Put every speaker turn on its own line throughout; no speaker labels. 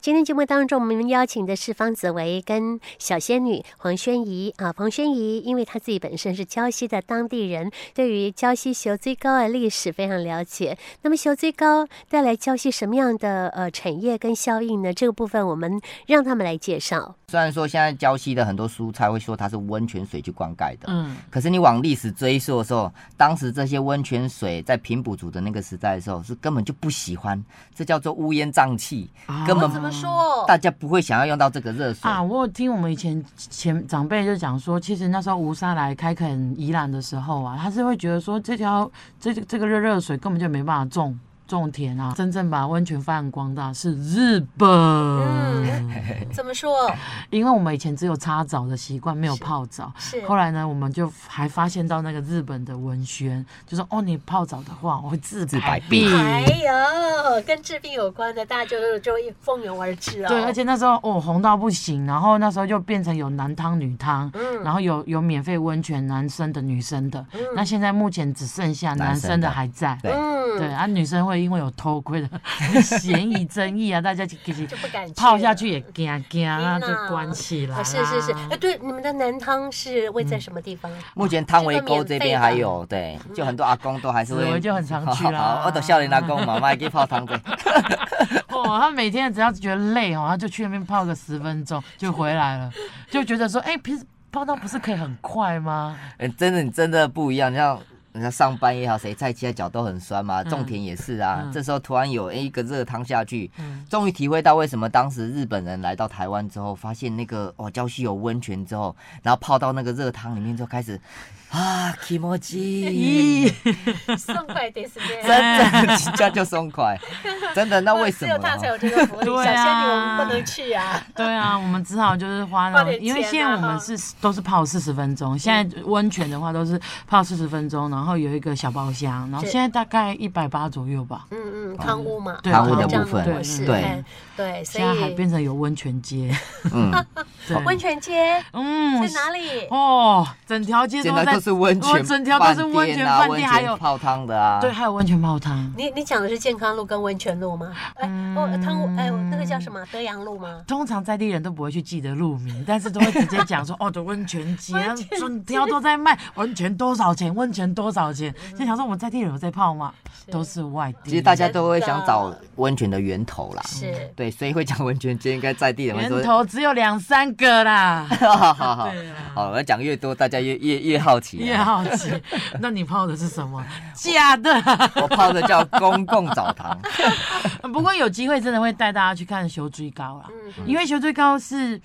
今天节目当中，我们邀请的是方子维跟小仙女黄宣怡啊。黄宣怡，因为她自己本身是胶西的当地人，对于胶西修最高的历史非常了解。那么修最高带来胶西什么样的呃产业跟效应呢？这个部分我们让他们来介绍。
虽然说现在礁溪的很多蔬菜会说它是温泉水去灌溉的，
嗯，
可是你往历史追溯的时候，当时这些温泉水在平埔族的那个时代的时候是根本就不喜欢，这叫做乌烟瘴气，根
我
本
怎么说？
大家不会想要用到这个热水。
啊，我有听我们以前前长辈就讲说，其实那时候吴沙来开垦宜兰的时候啊，他是会觉得说这条这这个热热水根本就没办法种种田啊，真正把温泉发扬光大是日本，
嗯，怎么说？
因为我们以前只有擦澡的习惯，没有泡澡。
是
后来呢，我们就还发现到那个日本的文宣，就说哦，你泡澡的话，我会治
治百
百病。
还有跟治病有关的，大家就就蜂拥而至哦。
对，而且那时候哦红到不行，然后那时候就变成有男汤女汤，
嗯
然后有有免费温泉，男生的女生的。那现在目前只剩下
男
男
生
生的
的
还在，
对
嗯，
对啊，女生会因为有偷窥的 嫌疑争议啊，大家其实
就不敢去
泡下
了
去也惊惊啊，就
天哪
关起来啦。
哦，是是是，哎，对，你们的南汤是位
嗯
在什么 地方？
目前汤围沟这边还有，对，就很多阿公都还是
紫薇
会，
就很常去 啦
好好我等笑脸阿公嘛，妈也去泡汤的。
哦，他每天只要觉得累哦，他就去那边泡个十分钟就回来了，就觉得说，哎、平时泡汤不是可以很快吗？
嗯，真的，你真的不一样。你像人家上班也好，谁菜切脚都很酸嘛，种田也是啊。
嗯
这时候突然有诶一个热汤下去
嗯，
终于体会到为什么当时日本人来到台湾之后，发现那个哦礁溪有温泉之后，然后泡到那个热汤里面就开始啊 k i m o j
咦
i
送快点时间。
真的，人家就松快，真的。那为什
只有
么
他才
呢？
有这个福利，
对
小仙
啊
女我们不能去啊。
对啊，我们只好就是花那
花
种，
点
因为
钱
现在
啊
我
哈
们是都是泡四十分钟，现在温泉的话都是泡四十分钟，然后有一个小包厢，然后
是
现在大概一百八左右吧。
嗯嗯，汤屋嘛，
对
汤屋
这
的
样
部分
模式，
对
哎对，所
现在还
以
变成有温泉街，
嗯，
对，
温泉街
嗯
在哪里？
哦，整条街
现
都
在
在
都是温
哦
泉，
整条都是温泉
啊，
饭
温
店，还有
泉泡汤的啊。
对，还有温泉泡汤。
你你讲的是健康路跟温泉路吗？哎，哦，
嗯
汤屋，哎，那个叫什么？德阳路吗？
通常在地人都不会去记得路名， 但是都会直接讲说 哦，这温泉街啊整条都在卖温泉多少钱，温泉多少钱，就想说我们在地人有在泡吗？都嗯是外地人。
其实大家都会想找温泉的源头啦。
是
对，所以会讲温泉街，应该在地人会说
源。头只有两三个啦，
好好好好
对啊，
好，我讲越多，大家越越越好奇啊。
也好 奇。那你泡的是什么？假的。
我泡的叫公共澡堂，
呃不过有机会真的会带大家去看修锥膏啦，
嗯
因为修锥膏是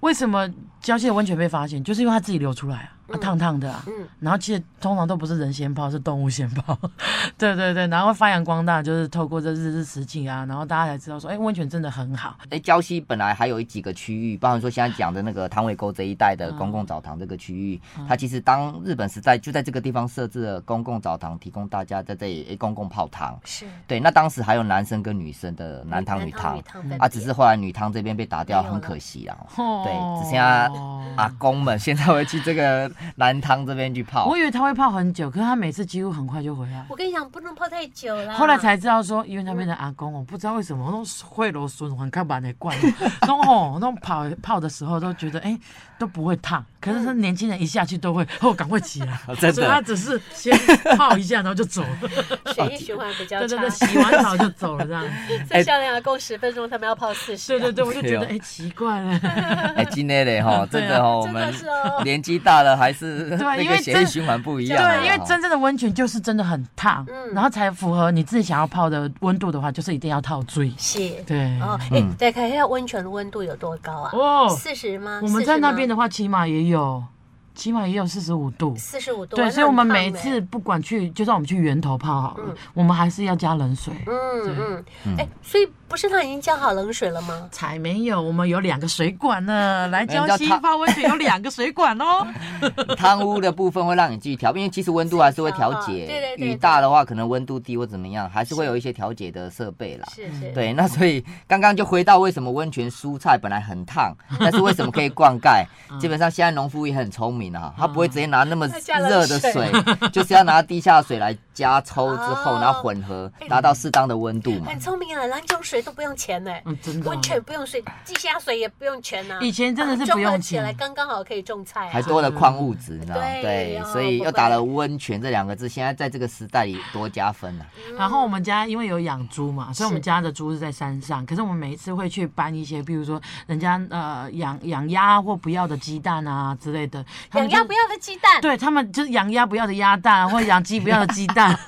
为什么胶西的温泉被发现，就是因为它自己流出来啊，啊烫烫的啊。
嗯
然后其实通常都不是人先泡，是动物先泡。 对对对，然后发扬光大，就是透过这日治时期啊，然后大家才知道说，哎，温泉真的很好。
哎，礁溪本来还有几个区域，包含说现在讲的那个汤尾沟这一带的公共澡堂这个区域，它其实当日本时代就在这个地方设置了公共澡堂，提供大家在这里哎公共泡汤。
是
对，那当时还有男生跟女生的男汤女汤
分别
啊，只是后来女汤这边被打掉，
没有
很
了
可惜啊。
哦
对，只剩下阿公们现在会去这个男汤这边去泡。，
我以为他会泡很久，可是他每次几乎很快就回来。
我跟你讲，不能泡太久啦。
后来才知道说，因为那边的阿公，我不知道为什么那种会螺循环看板的罐， 那种哦，那种泡泡的时候都觉得哎、都不会烫，可是他年轻人一下去都会哦，赶快起来
真的
所以他只是先泡一下，然后就走 了，
血液循环比较
哦对对
差
对，，洗完澡就走了这样 子。
所以漂亮够十分钟，他们要泡四十。啊
对对对，我就觉得
对哦
哎、奇怪了，
哎，今天嘞哈，真的哈，我
啊真的
们
是哦 啊
年纪大了还 是
对
那
因为
个
真
血液循环不一样啊。
对，因为真正的温泉就是真的很烫，
嗯
然后才符合你自己想要泡的温度的话，就是一定要套醉。
是。
对，
哦，
嗯
哎，再看一下温泉的温度有多高啊？
哦
四十吗？
我们在那边
的
的话，起码也有，起码也有四十五度。
四十五度啊，
对，
那
所以我们
很烫
每
欸
次不管去，就算我们去源头泡好了，我们还是要加冷水。
嗯嗯，哎，所以不是他已经加好冷水了吗？
才没有，我们有两个水管呢，来
人
礁
家
溪
他
泡温泉有两个水管哦。
汤屋的部分会让你自己调，因为其实温度还是会调
是调啊对对
节。
对
雨大的话，可能温度低或怎么样，还是会有一些调节的设备啦。
是是，
对，那所以刚刚就回到为什么温泉蔬菜本来很 烫，但是为什么可以灌溉？
嗯
基本上现在农夫也很聪明啊，他不会直接拿那么
他加了
热的
水
水，就是要拿地下水来加抽之后，
哦
然后混合
哎
达到适当的温度嘛
很。聪明啊，兰州水都不用钱呢、
嗯，真的
温泉不用水，地下水也不用钱呐、
以前真的是
啊
不用
综合起来
钱，
刚刚好可以种菜、
还
啊。
多了矿物质，你知道吗？
对
对
哦，
所以
不
又打
会
了温泉这两个字，现在在这个时代里多加分啊了、
然后我们家因为有养猪嘛，所以我们
是
家的猪是在山上。可是我们每一次会去搬一些，比如说人家呃养养鸭或不要的鸡蛋啊之类的。他
养
们就
鸭不要的鸡蛋，
对他们就是养鸭不要的鸭蛋啊，或者养鸡不要的鸡 蛋，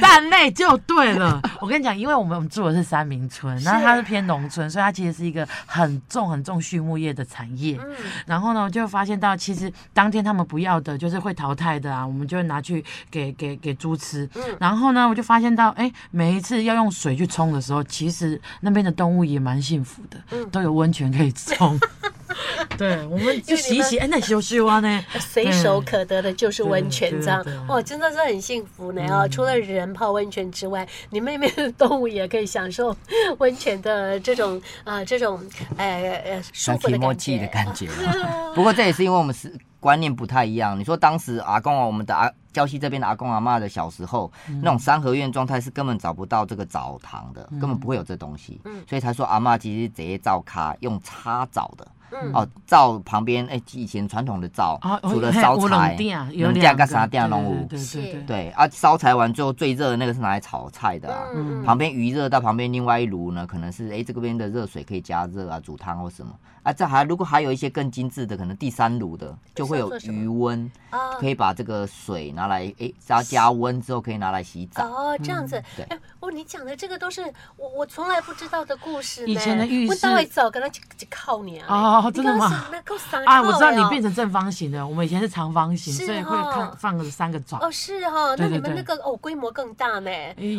蛋类就对了。我跟你讲，因为我们住的是三明村，那它是偏农村，所以它其实是一个很重很重畜牧业的产业。
嗯，
然后呢，就发现到其实当天他们不要的，就是会淘汰的啊，我们就会拿去给给给猪吃。
嗯
然后呢，我就发现到，哎，每一次要用水去冲的时候，其实那边的动物也蛮幸福的，
嗯
都有温泉可 以冲。对，我们就洗一洗，哎，那修修啊呢？
随手可得的就是温泉，
对
这样
对对嗯
哦，真的是很幸福呢哦。除了人泡温泉之外，你妹妹的动物也可以享受温泉的这种啊这种呃呃舒
像
服
提
的
莫
感
季
觉
的。感 觉。不过这也是因为我们是观念不太一样。你说当时阿公啊，我们的阿胶西这边的阿公阿嬷的小时候，
嗯
那种三合院状态是根本找不到这个澡堂的，根本不会有这东西。
嗯
所以才说阿嬷其实直接照咖用擦澡的。
嗯
哦，灶旁边哎、以前传统的灶、
啊，
除了
嘿
烧柴
有两店啊，有
两
两
架
个
跟三架
对
弄有
对对对对对。
对啊，烧柴完最后最热的那个是拿来炒菜的啊。
嗯
旁边余热到旁边另外一炉呢，可能是哎、诶这个边的热水可以加热啊，煮汤或什么啊。这还如果还有一些更精致的，可能第三炉的就会有
像是什么
余温，
啊
可以把这个水拿来哎加加温之后可以拿来洗澡。
哦，这
嗯
样子，
对
哎，哦，你讲的这个都是我我从来不知道的故事呢。
以前的浴室
我到底早跟他去去靠你啊！
哦，真的吗？
那够傻
啊，我知道你变
成
成正方形的，我们以前是长方形，
是
所以会
哦
看放个三个爪。
哦，是哦，那
对对
你们那
对哎
个哦规模更大呢。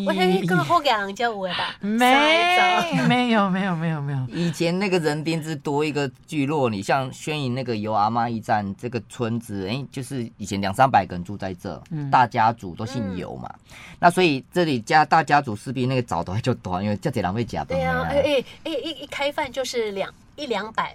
我现在更后给人家我吧，
没
傻走
没有没有没有没有，
以前那个人丁之多，一个聚落里，像宣营那个油阿妈驿站这个村子，哎、就是以前两三百个人住在这，
嗯
大家族都姓尤嘛。那所以这里家大家族势必那个早都就短，因为这几人会啊假的。
对呀，哎哎哎一一开饭就是两一两百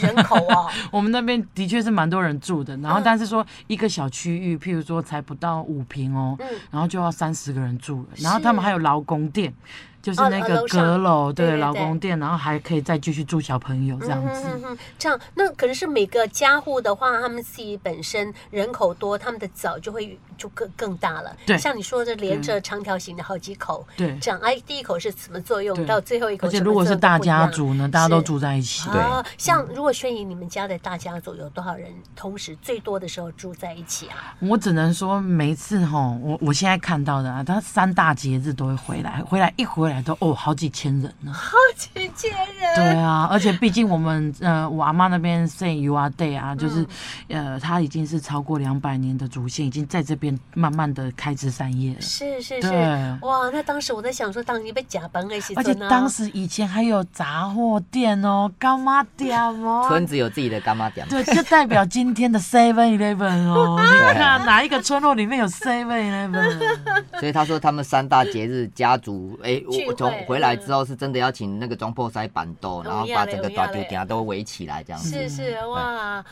人口 哦，
我们那边的确是蛮多人住的，
嗯
然后但是说一个小区域，譬如说才不到五平哦，
嗯
然后就要三十个人住了，然后他们还有劳工店，就是那
哦
个
楼上
阁楼，
对
对
对
劳
对
工店，然后还可以再继续住小朋友这样
嗯
子
哼。哼哼这样，那可能是每个家户的话，他们自己本身人口多，他们的枣就会就更更大了。
对
像你说的，连着长条形的好几口，
对，
这样，哎，第一口是什么作用，
对
到最后一口
而且
什么
如果是
作用
大
都不一样
家族呢，大家都
是
住在一起。
对
哦，像如果宣颖你们家的大家族有多少人，同时最多的时候住在一起 啊？
我只能说，每一次哈，我我现在看到的啊，他三大节日都会回来，回来一回来都哦，好几千人呢。
好几千
对
人，
啊，而且毕竟我们呃，我阿妈那边 say you are day 啊，就是、呃，它已经是超过两百年的祖先，已经在这边慢慢的开枝散叶了。
是是是
对，
哇！那当时我在想说，当你被假崩的时
而且
阵啊，
当时以前还有杂货店哦，干妈店哦
村。子有自己的干妈 店嘛。
啊
对，就代表今天的 Seven Eleven 哦，你看哪一个村落里面有 Seven Eleven？
所以他说他们三大节日家族，哎、
聚会嗯
我从回来之后是真的要请那个装破塞板豆，然后把整个大丢顶都围起来这样子，
是是哇啊！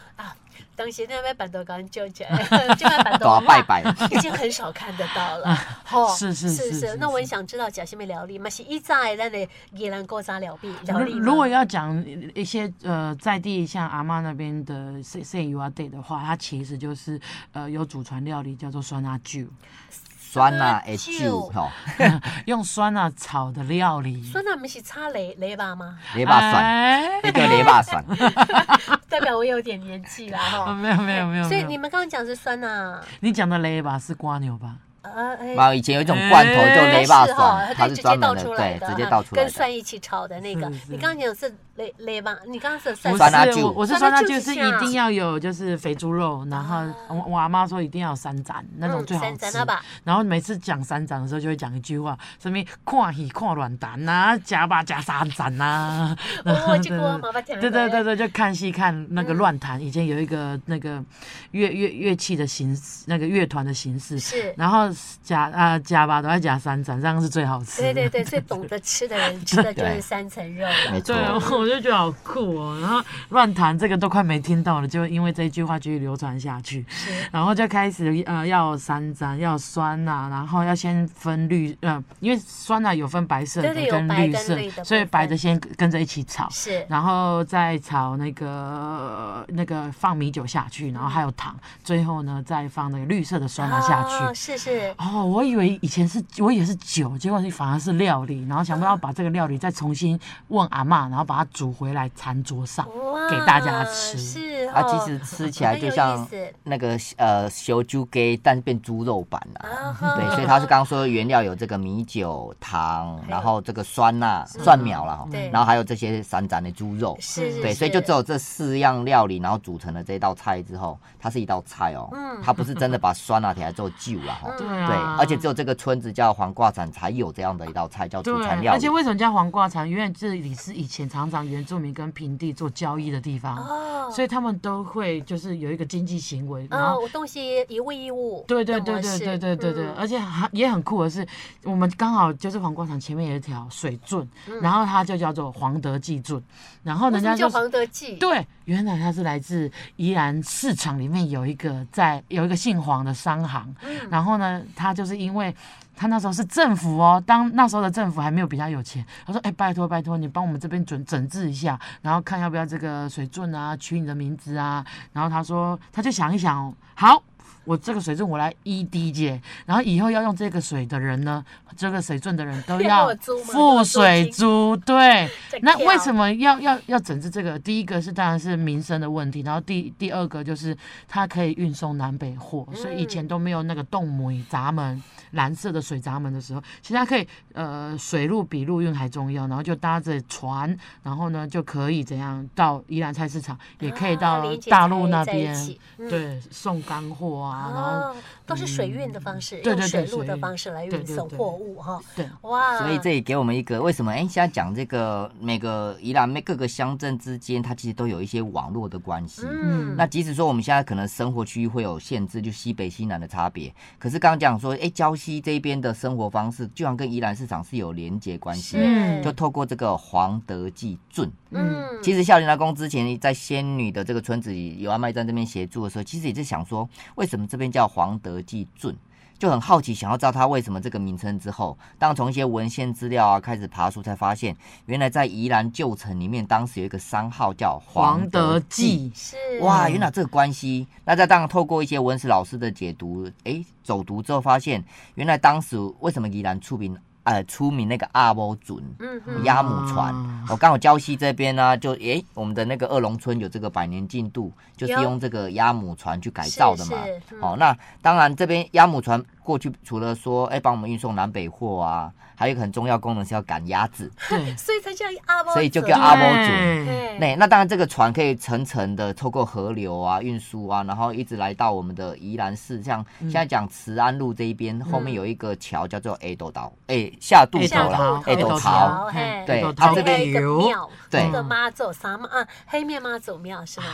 当时那位板豆刚救起来，这位板豆
大拜拜。
已经很少看得到了。吼
是是
是
是是
那我也想知道，假什么料理嘛？是一在咱的宜兰古早料理料理
如
吗。
如果要讲一些呃在地像阿妈那边的呃 say say you are day 啊的话，它其实就是呃有祖传料理叫做酸辣 酒。
酸啊，
嗯
哎酒吼，
用酸辣炒的料理，
说那们是炒雷雷吧吗？
雷霸蒜，
哎
一个雷霸蒜，
代表我有点年纪了
啊
哈。
没有没有没有，
所以
没
你
有
们刚刚讲是酸呐、
你讲的雷吧是瓜牛吧？
呃，哎
然后以前有一种罐头叫
哎
雷
是
霸
哈，
蒜，它
它
是
直接
专
倒
门
出
的，
来
对，
的，
直接
哈
倒出来
跟
的。
蒜一起炒的那个
是。是
你刚刚讲是雷雷吧？你刚刚是
不
酸
酸辣
是
酒
我我是
酸
酸
辣
辣
酒
就是是
这
一
样
定要有就是肥猪肉，然后我我阿妈说一定要有三盏那种
啊嗯
最好
三
吃
盏啊吧。
然后每次讲三盏的时候就会讲一句话，什么看戏看软蛋呐，夹吧夹三盏呐。
哦这个我妈妈听过
对对对对，就看戏看那个
嗯
乱弹，以前有一个那个乐乐乐器的形式，那个乐团的形式
是
然后假啊假吧，都要假三层，这样是最好吃的。
对对对，最懂得吃的人吃的就是三层肉了。
没错
对，， 我就觉得好酷哦。然后乱谈这个都快没听到了，就因为这一句话继续流传下去，然后就开始呃要三沾，要酸呐、然后要先分绿呃，因为酸呐、有分白色的
对对有
跟
白
绿
跟
色
绿的，
所以
部
白
分
的先跟着一起炒，
是
然后再炒那个呃那个放米酒下去，然后还有糖，最后呢再放那个绿色的酸辣下去。
哦是是，
哦，我以为以前是我以为是酒，结果是反而是料理，然后想不到把这个料理再重新问阿嬷，然后把它煮回来餐桌上
哇，
给大家吃。啊
是
它
哦
其实吃起来
很
就
有意
像
思
那个呃小猪给，但是变猪肉版啦、
啊
嗯
对，所以它是刚刚说的原料有这个米酒、糖，然后这个酸钠、
嗯
蒜苗啦，哈
对
然后还有这些散斩的猪肉，
是是
对，所以就只有这四样料理，然后组成了这道菜之后，它是一道菜哦，
嗯
它不是真的把酸辣铁来做旧了哈，
对
对
啊，，
而且只有这个村子叫黄瓜产才有这样的一道菜叫祖传
对，
料
而
理
且，为什么叫黄瓜肠？因为这里是以前常常原住民跟平地做交易的地方，
哦，
所以他们都会就是有一个经济行为，然
哦，
后。
我东西一物一物的模
对
式，
对对对对对对对，
嗯
而且还也很酷的是，我们刚好就是黄瓜厂前面有一条水圳，
嗯
然后它就叫做黄德记圳，然后
为
人
什么
家
叫
就
黄德记，
对，原来它是来自宜兰市场里面有一个在有一个姓黄的商行，
嗯
然后呢，他就是因为他那时候是政府哦，当那时候的政府还没有比较有钱，他说：“哎、拜托拜托，你帮我们这边整整治一下，然后看要不要这个水圳啊，取你的名字啊。”然后他说，他就想一想、哦，好。我这个水圳我来 ED 借，然后以后要用这个水的人呢，这个水圳的人都
要
要
我租吗
付水租， 对，
在
那
跳
为什么要要要整治这个？第一个是当然是民生的问题，然后第第二个就是它可以运送南北货，所以以
嗯
前都没有那个洞母闸门、蓝色的水闸门的时候，其实它可以呃水路比陆运还重要，然后就搭着船，然后呢就可以怎样到宜兰菜市场，也可以
啊
到
连接
大陆
在
那
在一
边
起，嗯
对，送干货啊，然后
哦，都是水运的方式，
对
用
对对
水路
水
的
运
方式来
对
运
对
送
对
货物哈。
对。
哇，
所以这也给我们一个为什么哎，现在讲这个每个宜兰每各个乡镇之间，它其实都有一些网络的关系，
嗯，
那即使说我们现在可能生活区域会有限制，就西北西南的差别，可是刚刚讲说，哎、礁溪这边的生活方式，居然跟宜兰市场是有连结关系的，
是
嗯
就透过这个黄德记圳。
嗯，
其实孝廉阿公之前在仙女的这个村子里，有阿麦在这边协助的时候，其实也是想说，为什么这边叫黄德记圳？就很好奇，想要知道它为什么这个名称之后，当从一些文献资料啊开始爬书，才发现原来在宜兰旧城里面，当时有一个商号叫
黄
黄
德
德记。
记，
是
哇，原来这个关系。那再当然透过一些文史老师的解读，诶，走读之后发现，原来当时为什么宜兰出名，呃，出名那个阿波准。
嗯哼，
鸭母船
啊，
我刚好礁溪这边呢、就诶，我们的那个二龙村有这个百年进度，就是
有
用这个鸭母船去改造的嘛
是是。嗯
哦，那当然这边鸭母船过去，除了说诶帮我们运送南北货啊，还有一个很重要功能是要赶鸭子，
对，
所以才叫阿波，
所以就叫 阿波
对
准
嗯
对，
那那当然，这个船可以层层的透过河流啊、运输啊，然后一直来到我们的宜兰市，像现在讲慈安路这一边，后面有一个桥叫做 A 斗岛，哎，下渡头
下渡
啦
头，
哎
黑
黑
斗
豆
潮。
潮嘿
对
黑豆
它
潮
这
还有
边
一个庙，
对啊
一个妈祖啥嘛啊，黑面妈祖庙是吗？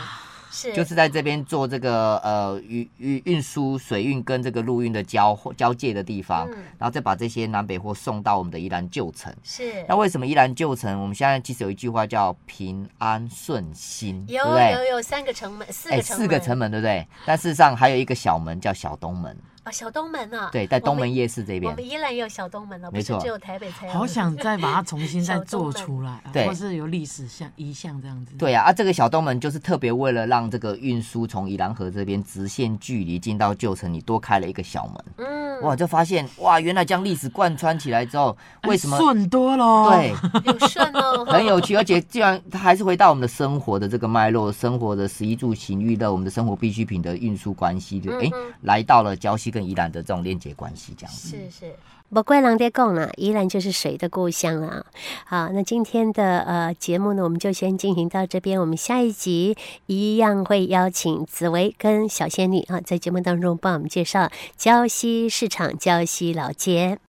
是，
就是在这边做这个呃运运运输、水运跟这个陆运的交交界的地方，
嗯
然后再把这些南北货送到我们的宜兰旧城。
是
那为什么宜兰旧城？我们现在其实有一句话叫平安顺心，对
有
不对？
有有三个城门，四
哎
个城
四
门，
个城门，对不对？但事实上还有一个小门叫小东门，
啊，小东门啊，
对，在
我
东
们
门夜市这
我
边
们。依然有小东门啊了，不
没
是
错
只有台北才有。
好想再把它重新再
小东
做
门
出来啊，
对
或是有历史像遗像这样子。
对啊，啊，这个小东门就是特别为了让这个运输从宜兰河这边直线距离进到旧城，你多开了一个小门。
嗯，
哇，就发现哇，原来将历史贯穿起来之后，
哎，
为什么？
顺多咯？
对，
有顺 哦，
很有趣，而且既然它还是回到我们的生活的这个脉络，生活的食衣住行娱乐，我们的生活必需品的运输关系，就哎、来到了礁溪跟宜兰的这种连接关系，这样子。
是是，
不怪郎爹贡了，依然就是水的故乡了啊。好，那今天的呃节目呢，我们就先进行到这边。我们下一集一样会邀请紫薇跟小仙女啊，在节目当中帮我们介绍礁溪市场、礁溪老街。